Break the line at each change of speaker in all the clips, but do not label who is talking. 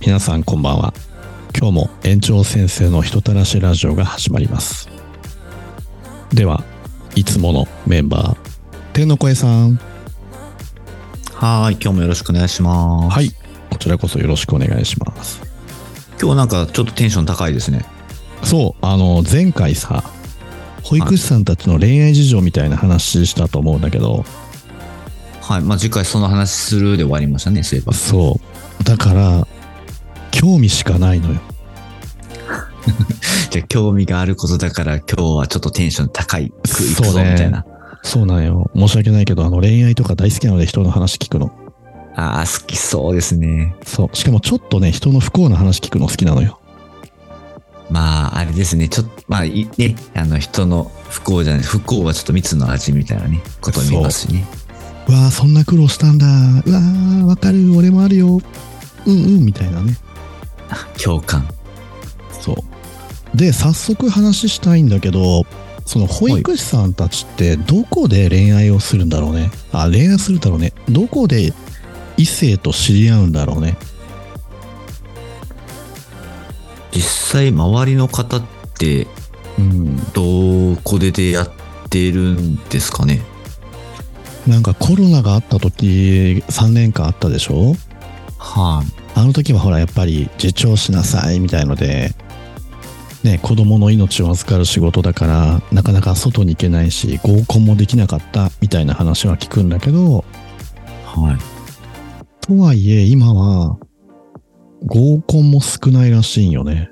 皆さんこんばんは今日も園長先生の人たらしラジオが始まりますではいつものメンバー天の声さん
はーい、今日もよろしくお願いします。
はいこちらこそよろしくお願いします
今日なんかちょっとテンション高いですね。
そうあの前回さ保育士さんたちの恋愛事情みたいな話したと思うんだけど、
はい、まあ次回その話するで終わりましたね、そう いえば。
そうだから興味しかないのよ
じゃあ興味があることだから今日はちょっとテンション高い。くいく
そ
ぞ
うね
みたいな。
そうなんよ申し訳ないけどあの恋愛とか大好きなので人の話聞くの
ああ、好きそうですね。
そうしかもちょっとね人の不幸な話聞くの好きなのよ
まあ、あれですね。ちょっと、まあ、いね、あの、人の不幸じゃない、不幸はちょっと蜜の味みたいなね、ことを見ますしね。
うわあそんな苦労したんだうわーわかる俺もあるようんうんみたいなね
共感。
そうで早速話したいんだけどその保育士さんたちってどこで恋愛をするんだろうねあ恋愛するんだろうねどこで異性と知り合うんだろうね
実際、周りの方って、
うん
どこで出会ってるんですかね。
なんかコロナがあった時3年間あったでしょ
はい、
あの時はほらやっぱり自重しなさいみたいので、ね、子供の命を預かる仕事だからなかなか外に行けないし合コンもできなかったみたいな話は聞くんだけど
はい。
とはいえ今は合コンも少ないらしいんよね。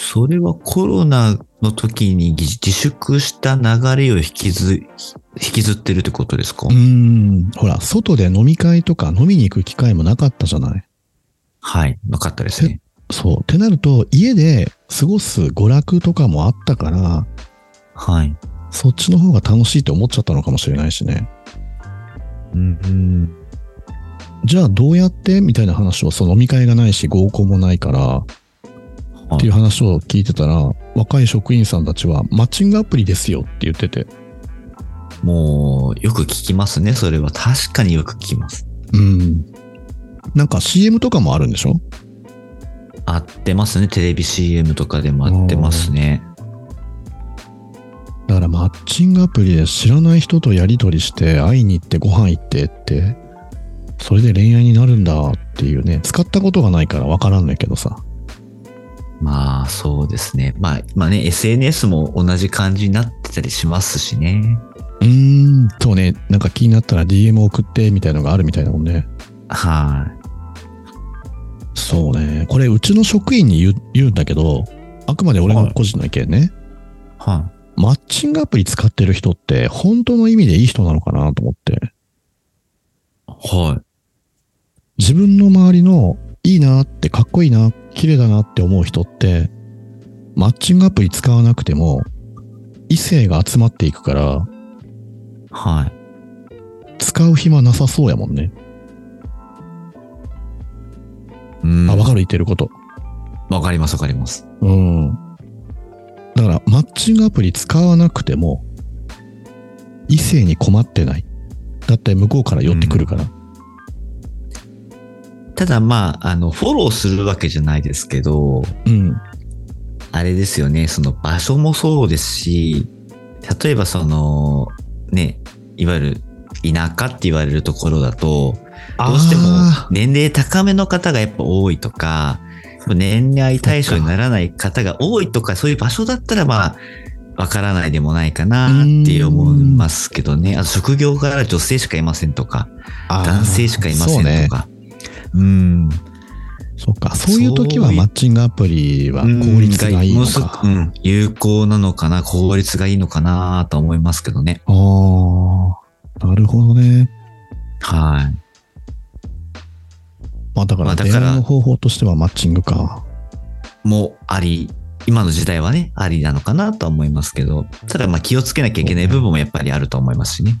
それはコロナの時に自自粛した流れを引きず、引きずってるってことですか、
うーんほら外で飲み会とか飲みに行く機会もなかったじゃない。
はい。なかったですね。
そうってなると家で過ごす娯楽とかもあったから
はい。
そっちの方が楽しいって思っちゃったのかもしれないしね。
うん、うん。
じゃあどうやってみたいな話をその飲み会がないし合コンもないからっていう話を聞いてたら若い職員さんたちはマッチングアプリですよって言ってて
もう、よく聞きますね。それは確かによく聞きます。
うんなんか CM とかもあるんでしょ
合ってますね。テレビ CM とかでも合ってますね。
だからマッチングアプリで知らない人とやり取りして会いに行ってご飯行ってってそれで恋愛になるんだっていうね使ったことがないからわからんねんけどさ
まあ、そうですね。まあ、まあね、SNS も同じ感じになってたりしますしね。
うーんそうねなんか気になったら DM 送ってみたいのがあるみたいだもんね
はい。
そうね。これ、うちの職員に言う言うんだけど、あくまで俺の個人の意見ね、
は
マッチングアプリ使ってる人って、本当の意味でいい人なのかなと思って。
い。はい。
自分の周りの、いいなって、かっこいいな、綺麗だなって思う人って、マッチングアプリ使わなくても、異性が集まっていくから、
はい。
使う暇なさそうやもんね。
うん。
あ、わかる言ってること。
わかります、わかります。
うん。だから、マッチングアプリ使わなくても、異性に困ってない。だって向こうから寄ってくるから。
ただまあ、あの、フォローするわけじゃないですけど、
うん。
あれですよね、その場所もそうですし、例えばその、ね、いわゆる田舎って言われるところだと、どうしても
あ
年齢高めの方がやっぱ多いとか、年齢対象にならない方が多いとか、そういう場所だったらまあ、わからないでもないかなって思いますけどね。あと職業から女性しかいませんとか、
ー
男性しかいませ
そうん
と
ね。
か。うん。
そうか。そういう時は
そういう
マッチングアプリは効率がいいのか。
うんもうすぐうん有効なのかな、効率がいいのかなと思いますけどね。
ああ、なるほどね。
はい。
まあだか
ま
ら、
あだか
電
ら
話の方法としてはマッチングか。
もうあり、今の時代はね、ありなのかなとは思いますけど、ただまあ気をつけなきゃいけない部分もやっぱりあると思いますしね。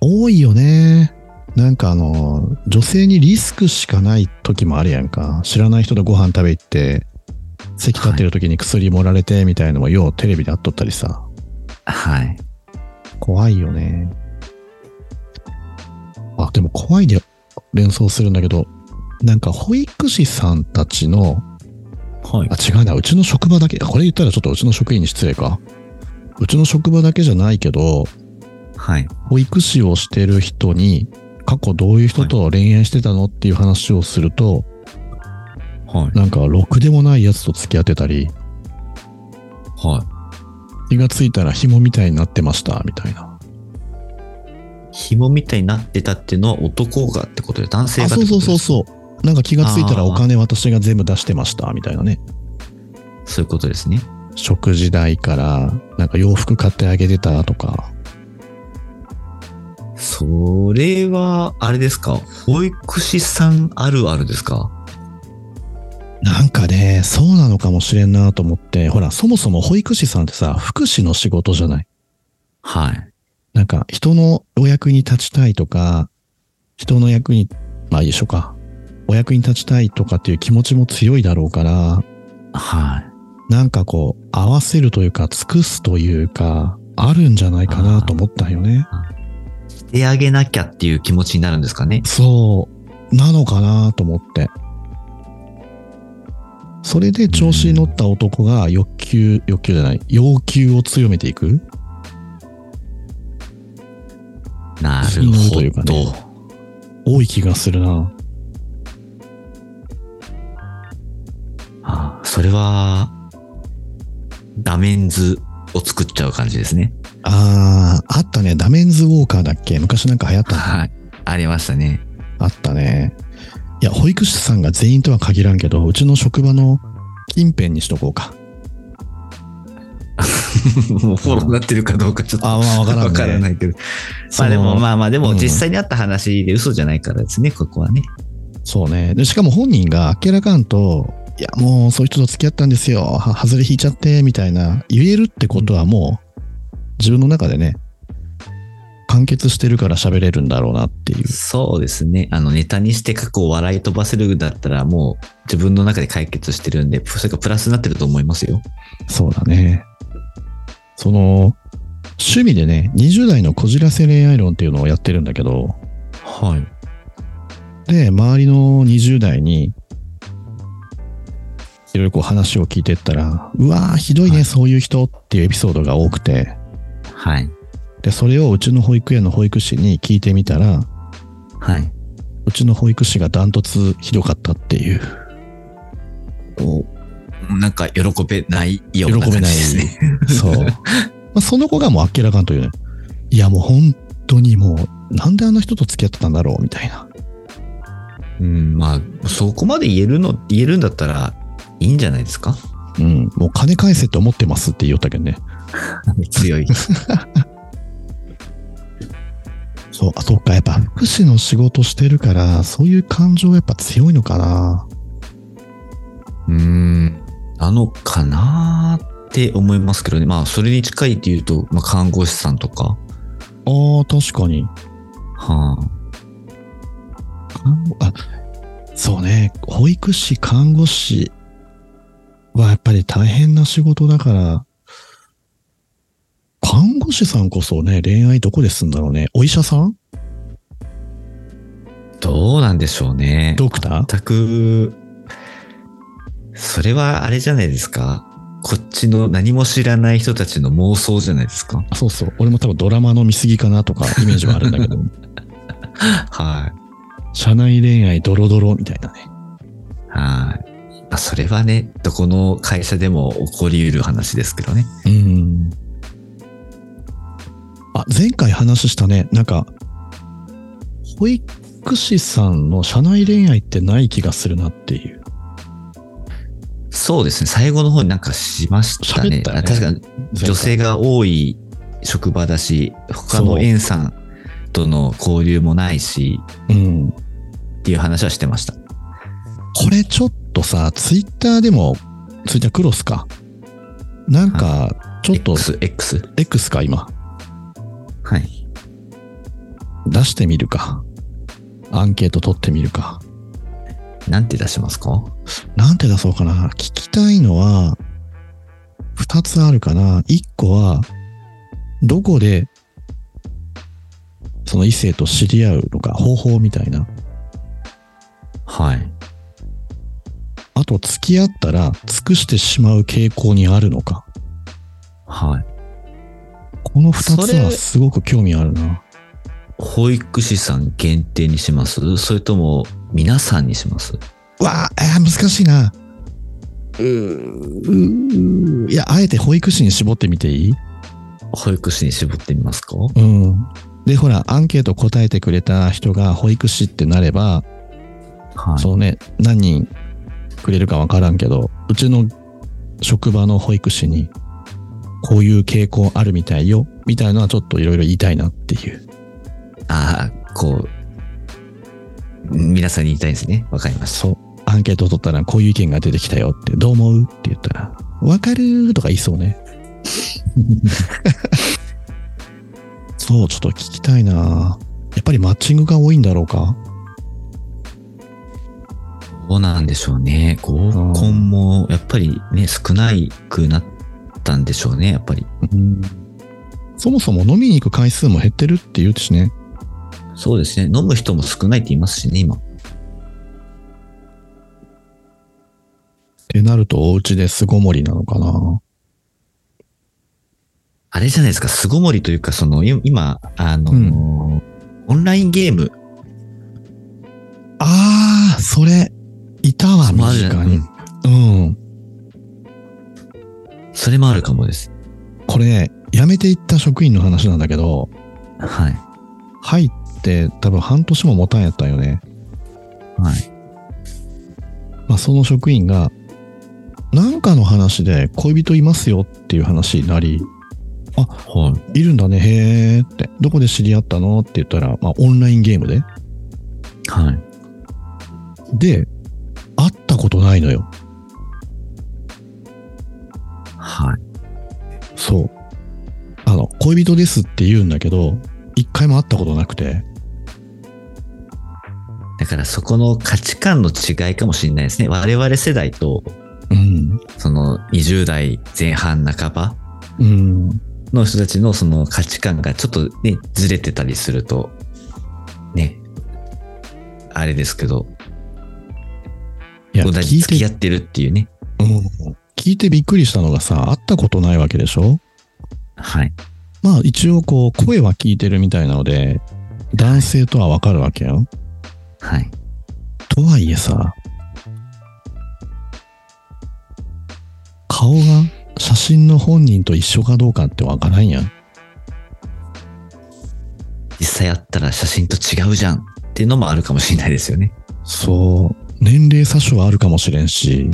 多いよね。なんかあの、女性にリスクしかない時もあるやんか。知らない人とご飯食べ行って、席立ってる時に薬盛られてみたいのもようテレビであっとったりさ。
はい。
怖いよね。あ、でも怖いで連想するんだけど、なんか保育士さんたちの、
はい
あ、。違うな、うちの職場だけ、あこれ言ったらちょっとうちの職員に失礼か。うちの職場だけじゃないけど、
はい。
保育士をしてる人に、過去どういう人と恋愛してたのっていう話をすると、
はい。
なんか、ろくでもないやつと付き合ってたり、
は
気がついたら紐みたいになってました、みたいな。
い。紐みたいになってたっていうのは男がってことで、男性が
あ、
って
そ
こ
う
と
そうそう
う。
そう。なんか気がついたらお金私が全部出してました、みたいなね。
そういうことですね。
食事代から、なんか洋服買ってあげてたとか。
それは、あれですか保育士さんあるあるですか
なんかね、そうなのかもしれんなと思って、ほら、そもそも保育士さんってさ、福祉の仕事じゃない。
はい。
なんか、人のお役に立ちたいとか、人の役に、まあ一緒か。お役に立ちたいとかっていう気持ちも強いだろうから、
はい。
なんかこう、合わせるというか、尽くすというか、あるんじゃないかなと思ったんよね。
してあげなきゃっていう気持ちになるんですかね。
そう、なのかなと思って。それで調子に乗った男が欲求、欲求じゃない、要求を強めていく。
なる
気になる
ほ
というか
ど。
ね多い気がするな。
あそれは、ダメンズを作っちゃう感じですね。
あー、あったね。ダメンズウォーカーだっけ昔なんか流行ったの
はい。ありましたね。
あったね。いや、保育士さんが全員とは限らんけど、うちの職場の近辺にしとこうか。
もうフォローになってるかどうかちょっと。
あ、まあ、わからん、ね。
わからないけど。まあで
そ
も
の
まあまあで
う
も
ん
実際にあった話で嘘じゃないからですね、ここはね。
そうね。で、しかも本人が明らかんと、いや、もうそういう人と付き合ったんですよ。は外れ引いちゃって、みたいな、言えるってことはもう、自分の中でね、完結してるから喋れるんだろうなっていう。
そうですね。あのネタにして過去を笑い飛ばせるんだったらもう自分の中で解決してるんで、それがプラスになってると思いますよ。
そうだね。その、趣味でね、20代のこじらせ恋愛論っていうのをやってるんだけど、
はい。
で、周りの20代に、いろいろこう話を聞いてったら、うわー、ひどいね、
はい
そういう人っていうエピソードが多くて、
はい。
で、それをうちの保育園の保育士に聞いてみたら、
はい。
うちの保育士がダントツひどかったっていう。
こう、なんか喜べないような
喜
感
べな
じで
い
すね。
そう。まあ、その子がもう明らかんというね。いや、もう本当にもう、なんであの人と付き合ってたんだろうみたいな。
うん、まあ、そこまで言えるの、言えるんだったら、いいんじゃないですか
うん。もう金返せって思ってますって言おったけどね。
強い。
そう、あ、そっか。やっぱ福祉の仕事してるから、そういう感情やっぱ強いのかな。
うん、なのかなーって思いますけどね。まあ、それに近いっていうと、まあ、看護師さんとか。
ああ、確かに。
は
看護あそうね保育士看護師はやっぱり大変な仕事だから看護師さんこそね恋愛どこですんだろうねお医者さん
あ、どうなんでしょうね。
ドクター
全く、それはあれじゃないですか。こっちの何も知らない人たちの妄想じゃないですか。
あそうそう俺も多分ドラマの見過ぎかなとかイメージはあるんだけど
はい。
社内恋愛ドロドロみたいなね
はい。まあ、それはね、どこの会社でも起こり得る話ですけどね。
うんあ前回話したねなんか保育士さんの社内恋愛ってない気がするなっていう
そうですね。最後の方になんかしました
喋っ
ね。
たよね
あ確かに女性が多い職場だし、他
そ
の
う
園さんとの交流もないし、
うん
っていう話はしてました。
これちょっとさ、ツイッターでも、ツイッタークロスか。なんか、ちょっと
X、X。
X か今、
はい。
出してみるか。アンケート取ってみるか。
なんて出しますか
なんて出そうかな。聞きたいのは、二つあるかな。一個は、どこで、その異性と知り合うのか、方法みたいな。
はい。
あと付き合ったら尽くしてしまう傾向にあるのか。
はい。
この二
そ
つ
れ
はすごく興味あるな。
保育士さん限定にしますそれとも皆さんにします
わあ、えー難しいな。うーいや、あえて保育士に絞ってみていい
保育士に絞ってみますか
うん。で、ほら、アンケート答えてくれた人が保育士ってなれば、
はい。
そうね、何人くれるかわからんけど、うちの職場の保育士に、こういう傾向あるみたいよ、みたいなのはちょっといろいろ言いたいなっていう。
ああ、こう、皆さんに言いたいんですね。わかりました。
そう。アンケート取ったらこういう意見が出てきたよって、どう思うって言ったら、わかるーとか言いそう ね。そう、ちょっと聞きたいなやっぱりマッチングが多いんだろうか
どうなんでしょうね。合コンも、やっぱりね、少ないくなったんでしょうね、やっぱり。
うん。そもそも飲みに行く回数も減ってるって言うしね。
そうですね。飲む人も少ないって言いますしね、今。
ってなるとお家で巣ごもりなのかな
あれじゃないですか、巣ごもりというか、その、い今、あのーオンラインゲーム
ああ、それ、いたわ、
もあ
身
るじゃ
近
ない
に。うん。
それもあるかもです。
これね、辞めていった職員の話なんだけど、
はい。
入って多分半年も持たんやったんよね。
はい。
まあ、その職員が、なんかの話で恋人いますよっていう話になり、
はい
るんだね、へーって。どこで知り合ったのって言ったら、まあ、オンラインゲームで。
い。はい。
で、会ったことないのよ。
はい。
そう。あの、恋人ですって言うんだけど、一回も会ったことなくて。
だからそこの価値観の違いかもしれないですね。我々世代と、
うん。
その20代前半半ば
うん。
の人たちのその価値観がちょっとね、ずれてたりすると、ね、あれですけど、
いや、
同
聞
じ
い
付き合
て、
ってるっていうね。
うん聞いてびっくりしたのがさ、会ったことないわけでしょ
はい。
まあ一応こう、声は聞いてるみたいなので、男性とはわかるわけよ。
はい。
とはいえさ、顔が写真の本人と一緒かどうかってわからんやん。
実際あったら写真と違うじゃんっていうのもあるかもしれないですよね。
そう。年齢詐称はあるかもしれんし。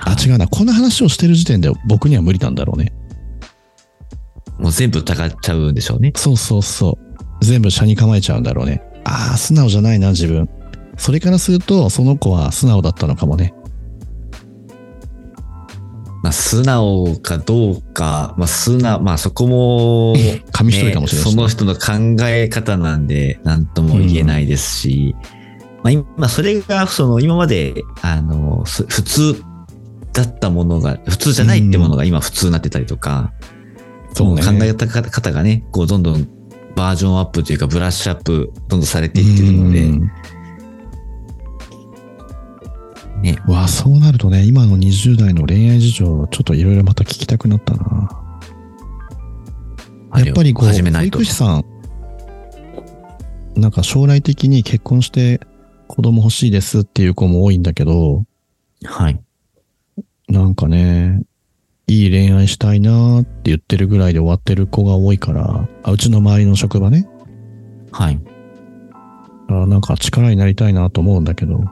あ、違うな。こんな話をしてる時点で僕には無理なんだろうね。
もう全部疑っちゃうんでしょうね。
そうそうそう。全部車に構えちゃうんだろうね。ああ、素直じゃないな、自分。それからすると、その子は素直だったのかもね。
まあ、素直かどうか、まあ、素直、まあ、そこ も、
紙一重かもしれないし
ねその人の考え方なんで、何とも言えないですし、まあ、今、それが、その、今まで、あの、す普通だったものが、普通じゃないってものが今普通になってたりとか、
そうね
考え方がね、こう、どんどんバージョンアップというか、ブラッシュアップ、どんどんされていってるので、
うん
ね、
うわ、そうなるとね、今の20代の恋愛事情、ちょっといろいろまた聞きたくなったな。やっぱりこう、
あれを始めないと
保育。士さん、なんか将来的に結婚して子供欲しいですっていう子も多いんだけど、
はい。
なんかね、いい恋愛したいなーって言ってるぐらいで終わってる子が多いから、あうちの周りの職場ね、
はい。
あなんか力になりたいなと思うんだけど、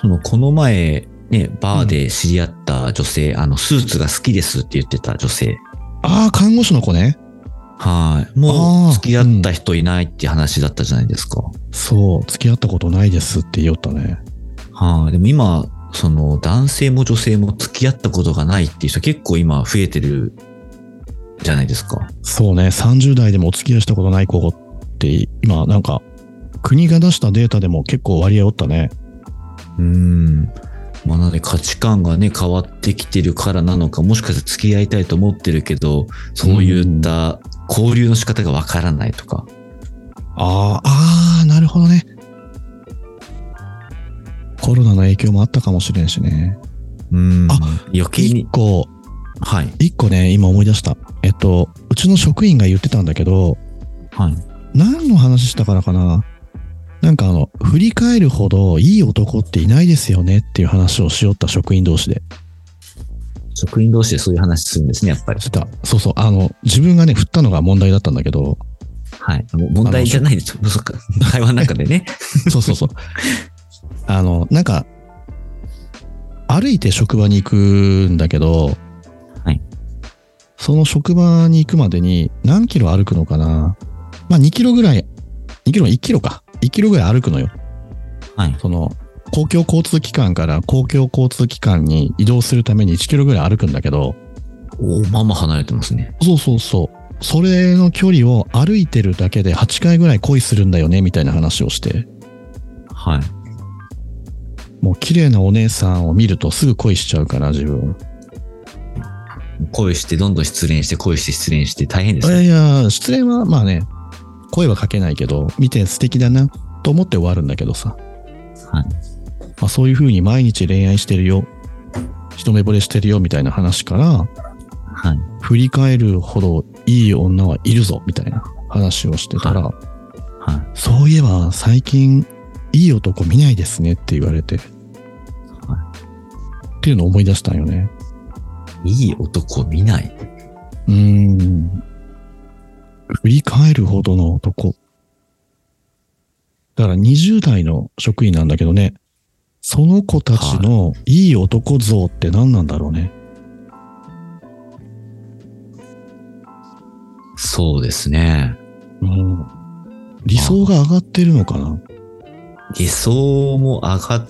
その、この前、ね、バーで知り合った女性、あの、スーツが好きですって言ってた女性。
ああ、看護師の子ね。
は
あ
い。も
ー
う、付き合った人いないって話だったじゃないですか。
そう、付き合ったことないですって言おったね。
はい。でも今、その、男性も女性も付き合ったことがないっていう人結構今増えてるじゃないですか。
そうね、30代でもお付き合いしたことない子って、今なんか、国が出したデータでも結構割合おったね。
うーん。まあ、なので価値観がね、変わってきてるからなのか、もしかして付き合いたいと思ってるけど、そういった交流の仕方がわからないとか。
ああ、ああ、なるほどね。コロナの影響もあったかもしれんしね。
うん。
あ
余計
一
に。
個、
はい。
一個ね、今思い出した。えっと、うちの職員が言ってたんだけど、
はい。
何の話したからかな。なんかあの、振り返るほどいい男っていないですよねっていう話をしよった職員同士で。
職員同士でそういう話するんですね、やっぱり。
してた。そうそう。あの、自分がね、振ったのが問題だったんだけど、
はい。もう問題じゃないです。 そっか。会話の中で ね。
そうそうそう。あの、なんか、歩いて職場に行くんだけど、
はい
その職場に行くまでに何キロ歩くのかなまあ2キロぐらい、2キロ、1キロか。1キロぐらい歩くのよ。
はい。
その、公共交通機関から公共交通機関に移動するために1キロぐらい歩くんだけど、
おお、まあまあ離れてますね。
そうそうそう。それの距離を歩いてるだけで8回ぐらい恋するんだよね、みたいな話をして。
はい。
もう綺麗なお姉さんを見るとすぐ恋しちゃうから自分。
恋して、どんどん失恋して、恋して、失恋して、大変で
い
す
や
ね。
いや、失恋はまあね、声はかけないけど、見て素敵だなと思って終わるんだけどさ。
はい。
まあ、そういう風に毎日恋愛してるよ。一目惚れしてるよみたいな話から、
はい。
振り返るほどいい女はいるぞみたいな話をしてたら、
は
そういえば最近いい男見ないですねって言われて、っていうのを思い出したんよね。
い。いい男を見ない。
うーん。振り返るほどの男。だから20代の職員なんだけどね、その子たちのいい男像って何なんだろうね。
そうですね。
うん、理想が上がってるのかな
理想も上がっ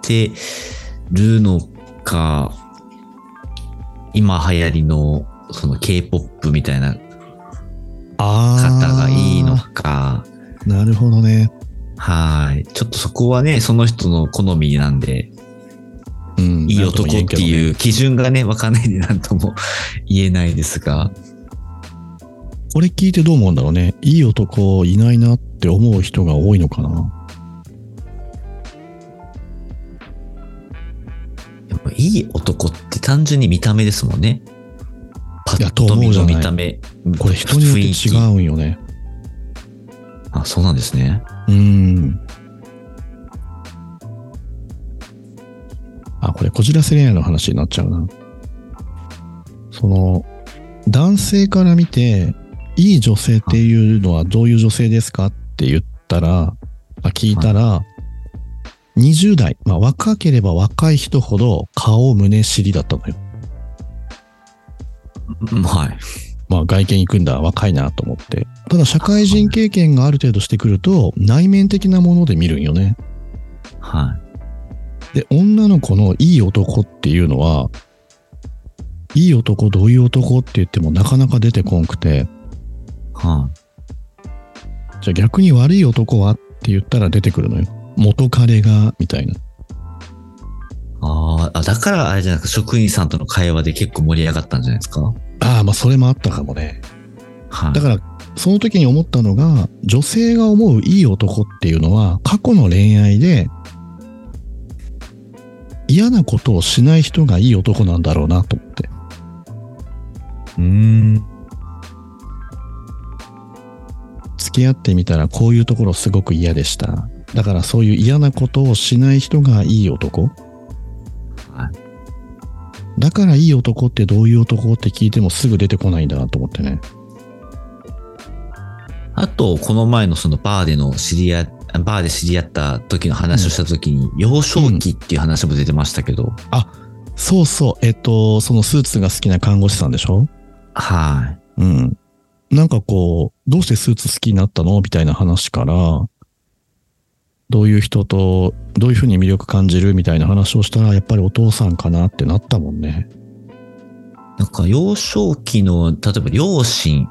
てるのか、今流行りのその K-POP みたいな方がいいのか、
なるほどね。
はい。ちょっとそこはね、その人の好みなんで、
うん
いい男って
う。
いう基準がね、わかんないんで何とも言えないですが、
これ聞いてどう思うんだろうね。いい男いないなって思う人が多いのかな
やっぱいい男って単純に見た目ですもんね。パ
いや
ッ
と
と
思
見
うじゃ
の
ない
見た目。
これ人によって
雰囲気
違うんよね。
あ、そうなんですね。
うん。あ、これ、こじらせ恋愛の話になっちゃうな。その、男性から見て、いい女性っていうのはどういう女性ですかって言ったら、あ聞いたら、20代、まあ若ければ若い人ほど顔、胸、尻だったのよ。
うんはい。
まあ外見行くんだ、若いなと思って。ただ社会人経験がある程度してくると、内面的なもので見るんよね。
は
で、女の子のいい男っていうのは、いい男、どういう男って言ってもなかなか出てこんくて、
い。はい。
じゃあ逆に悪い男はって言ったら出てくるのよ。元彼が、みたいな。
あーあ、だからあれじゃなく職員さんとの会話で結構盛り上がったんじゃないですか
ああ、まあそれもあったかもね。
はい。
だから、その時に思ったのが、女性が思ういい男っていうのは、過去の恋愛で、嫌なことをしない人がいい男なんだろうなと思って。
うーん。
付き合ってみたらこういうところすごく嫌でした。だからそういう嫌なことをしない人がいい男。
は
だからいい男ってどういう男って聞いてもすぐ出てこないんだなと思ってね。
あと、この前のそのバーでの知り合い、バーで知り合った時の話をした時に、幼少期っていう話も出てましたけど、
そうそう。えっと、そのスーツが好きな看護師さんでしょ
はい。
うん。なんかこう、どうしてスーツ好きになったのみたいな話から、どういう人と、どういうふうに魅力感じるみたいな話をしたら、やっぱりお父さんかなってなったもんね。
なんか幼少期の、例えば両親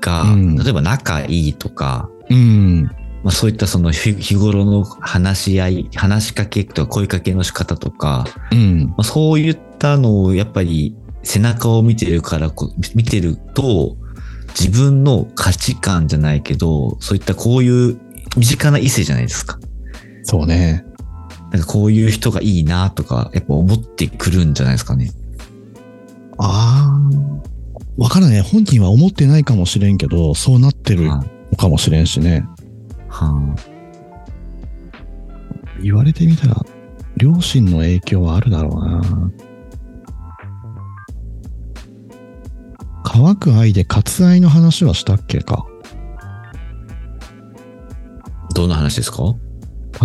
が、
うん
例えば仲いいとか、
うん。
まあそういったその日日頃の話し合い、話しかけとか声かけの仕方とか、
うん。
まあ、そういったのをやっぱり背中を見てるからこ見てると自分の価値観じゃないけどそういったこういう身近な異性じゃないですか
そうね。
なんかこういう人がいいなとか、やっぱ思ってくるんじゃないですかね。
ああ。わからない。本人は思ってないかもしれんけど、そうなってる
は
のかもしれんしね。
あは
言われてみたら、両親の影響はあるだろうな。乾く愛で割愛の話はしたっけか。
あどんな話ですか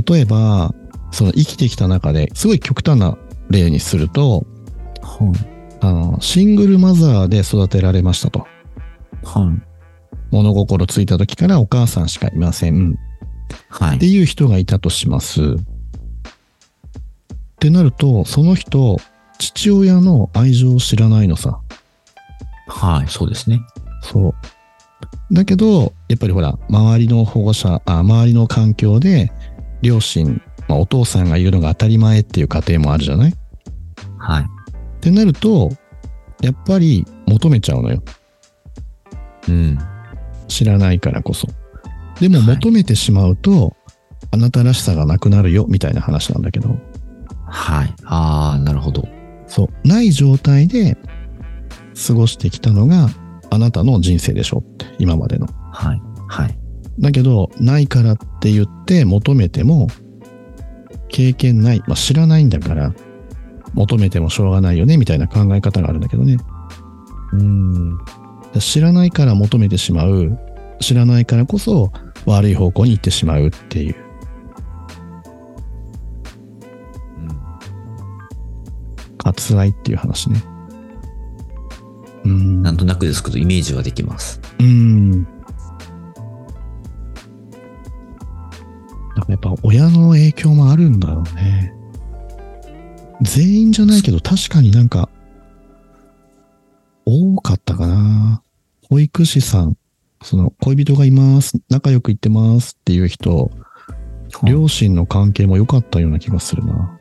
例えば、その生きてきた中で、すごい極端な例にすると、
はい。
あの、シングルマザーで育てられましたと。
はい。
物心ついた時からお母さんしかいません。
は
って
い。
いう人がいたとします。ってなると、その人、父親の愛情を知らないのさ。
はい。そうですね。
そう。だけど、やっぱりほら、周りの保護者、あ周りの環境で、両親、まあ、お父さんがいるのが当たり前っていう家庭もあるじゃないっ
はい。
てなると、やっぱり求めちゃうのよ。
うん。
知らないからこそ。でも
はい
求めてしまうと、あなたらしさがなくなるよ、みたいな話なんだけど。
はい。ああ、なるほど。
そう、ない状態で過ごしてきたのがあなたの人生でしょって、今までの。
はい。はい。
だけど、ないからって言って求めても、経験ない、まあ、知らないんだから、求めてもしょうがないよね、みたいな考え方があるんだけどね。
うん。
知らないから求めてしまう、知らないからこそ悪い方向に行ってしまうっていう。割愛っていう話ね。うーん。
なんとなくですけど、イメージはできます。
うーん。なんかやっぱ親の影響もあるんだろうね。全員じゃないけど確かになんか多かったかな。保育士さん、その恋人がいます、仲良く行ってますっていう人、両親の関係も良かったような気がするな。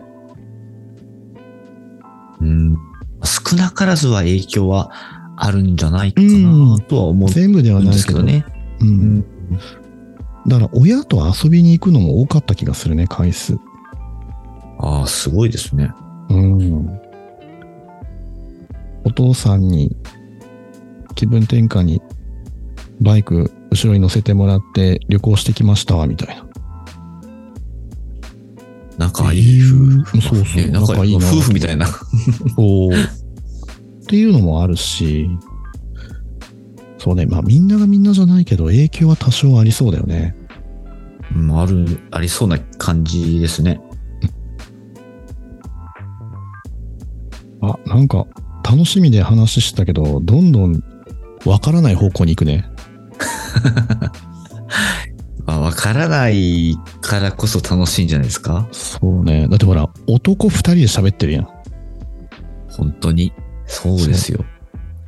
うん。少なからずは影響はあるんじゃないかなとは思
全部では
うん
な
で
い
す
け
け
ど
どね。
うん。だから親と遊びに行くのも多かった気がするね、回数。
ああ、すごいですね。
うん。お父さんに気分転換にバイク後ろに乗せてもらって旅行してきましたわみたいな。
仲いい夫婦。
えーそうそう
ね仲いい
仲いいな
夫婦みたいな。
おっていうのもあるし、そうね、まあみんながみんなじゃないけど影響は多少ありそうだよね。
うん、ある、ありそうな感じですね。
あ、なんか楽しみで話したけど、どんどんわからない方向に行くね。
まあわからないからこそ楽しいんじゃないですか
そうね。だってほら、男二人で喋ってるやん。
本当に。そうですよ。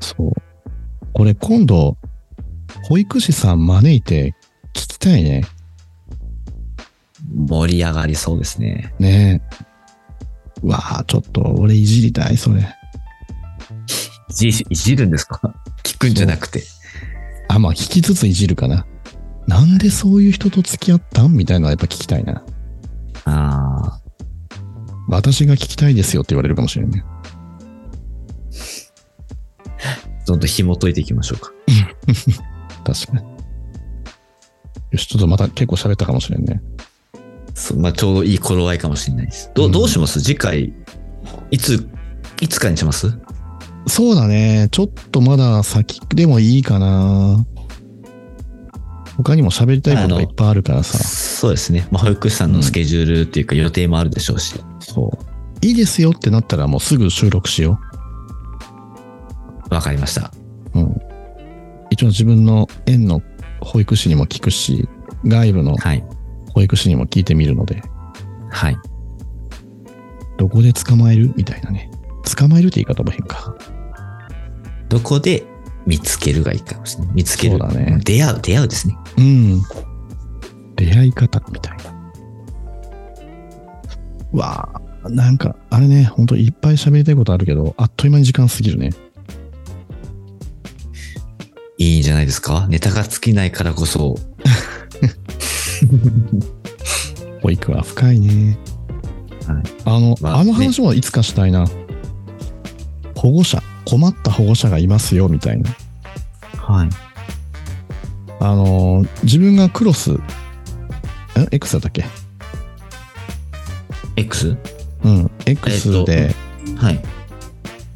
そう。これ今度、保育士さん招いて聞きたいね。
盛り上がりそうですね。
ねえ。うわあ、ちょっと俺いじりたい、それ。
いじいじるんですか聞くんじゃなくて。
あ、まあ聞きつついじるかな。なんでそういう人と付き合ったんみたいなのはやっぱ聞きたいな。
ああ。
私が聞きたいですよって言われるかもしれんね。
どんどん紐解いていきましょうか。
確かに。よし、ちょっとまた結構喋ったかもしれんね。
そうまあ、ちょうどいい頃合いかもしれないです。ど
う
うんどうします次回、いつ、いつかにします
そうだね。ちょっとまだ先でもいいかな。他にも喋りたいことがいっぱいあるからさ。
そうですね。まあ、保育士さんのスケジュールっていうか予定もあるでしょうし。
そう。いいですよってなったらもうすぐ収録しよ
わかりました。
う。うん。一応自分の園の保育士にも聞くし、外部の
はい。
保育士にも聞いてみるので、
はい。
どこで捕まえるみたいなね。捕まえるって言い方も変か。
どこで見つけるがいいかもしれない。見つける。
そうだね
出会う、出会うですね。
うん。出会い方みたいな。うわあ、なんか、あれね、ほんといっぱい喋りたいことあるけど、あっという間に時間過ぎるね。
いいんじゃないですかネタが尽きないからこそ。
保育は深いね。
はい
あの、
まあ
あの話もいつかしたいな。保護者、困った保護者がいますよ、みたいな。
はい。
あのー、自分がクロス、ん ?X だったっけ
X?
うん。X で、
はい。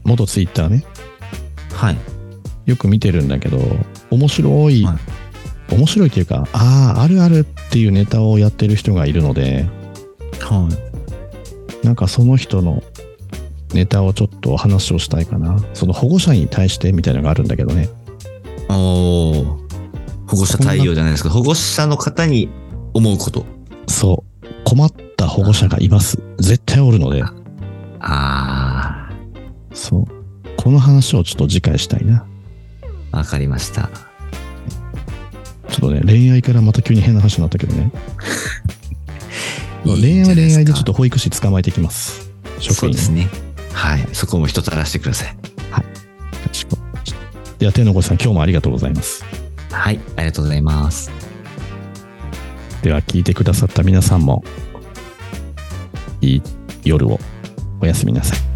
元ツイッターね、
はい。
よく見てるんだけど、面白い、
は
面白いというか、ああ、あるあるっていうネタをやってる人がいるので、
はい。
なんかその人のネタをちょっと話をしたいかな。その保護者に対してみたいなのがあるんだけどね。
おお。保護者対応じゃないですか。保護者の方に思うこと。
そう。困った保護者がいます。絶対おるので。
あ
そう。この話をちょっと次回したいな。
あ、わかりました。
ちょっとね、恋愛からまた急に変な話になったけどね。
いいん
恋愛
じゃ
は
ない
恋愛ですちょっ
か
と保育士捕まえてきます。職
そう
員
ですね。はい。そこも人たらしてください。
では、天の声さん、今日もありがとうございます。
はい。ありがとうございます。
では、聞いてくださった皆さんも、いい夜をおやすみなさい。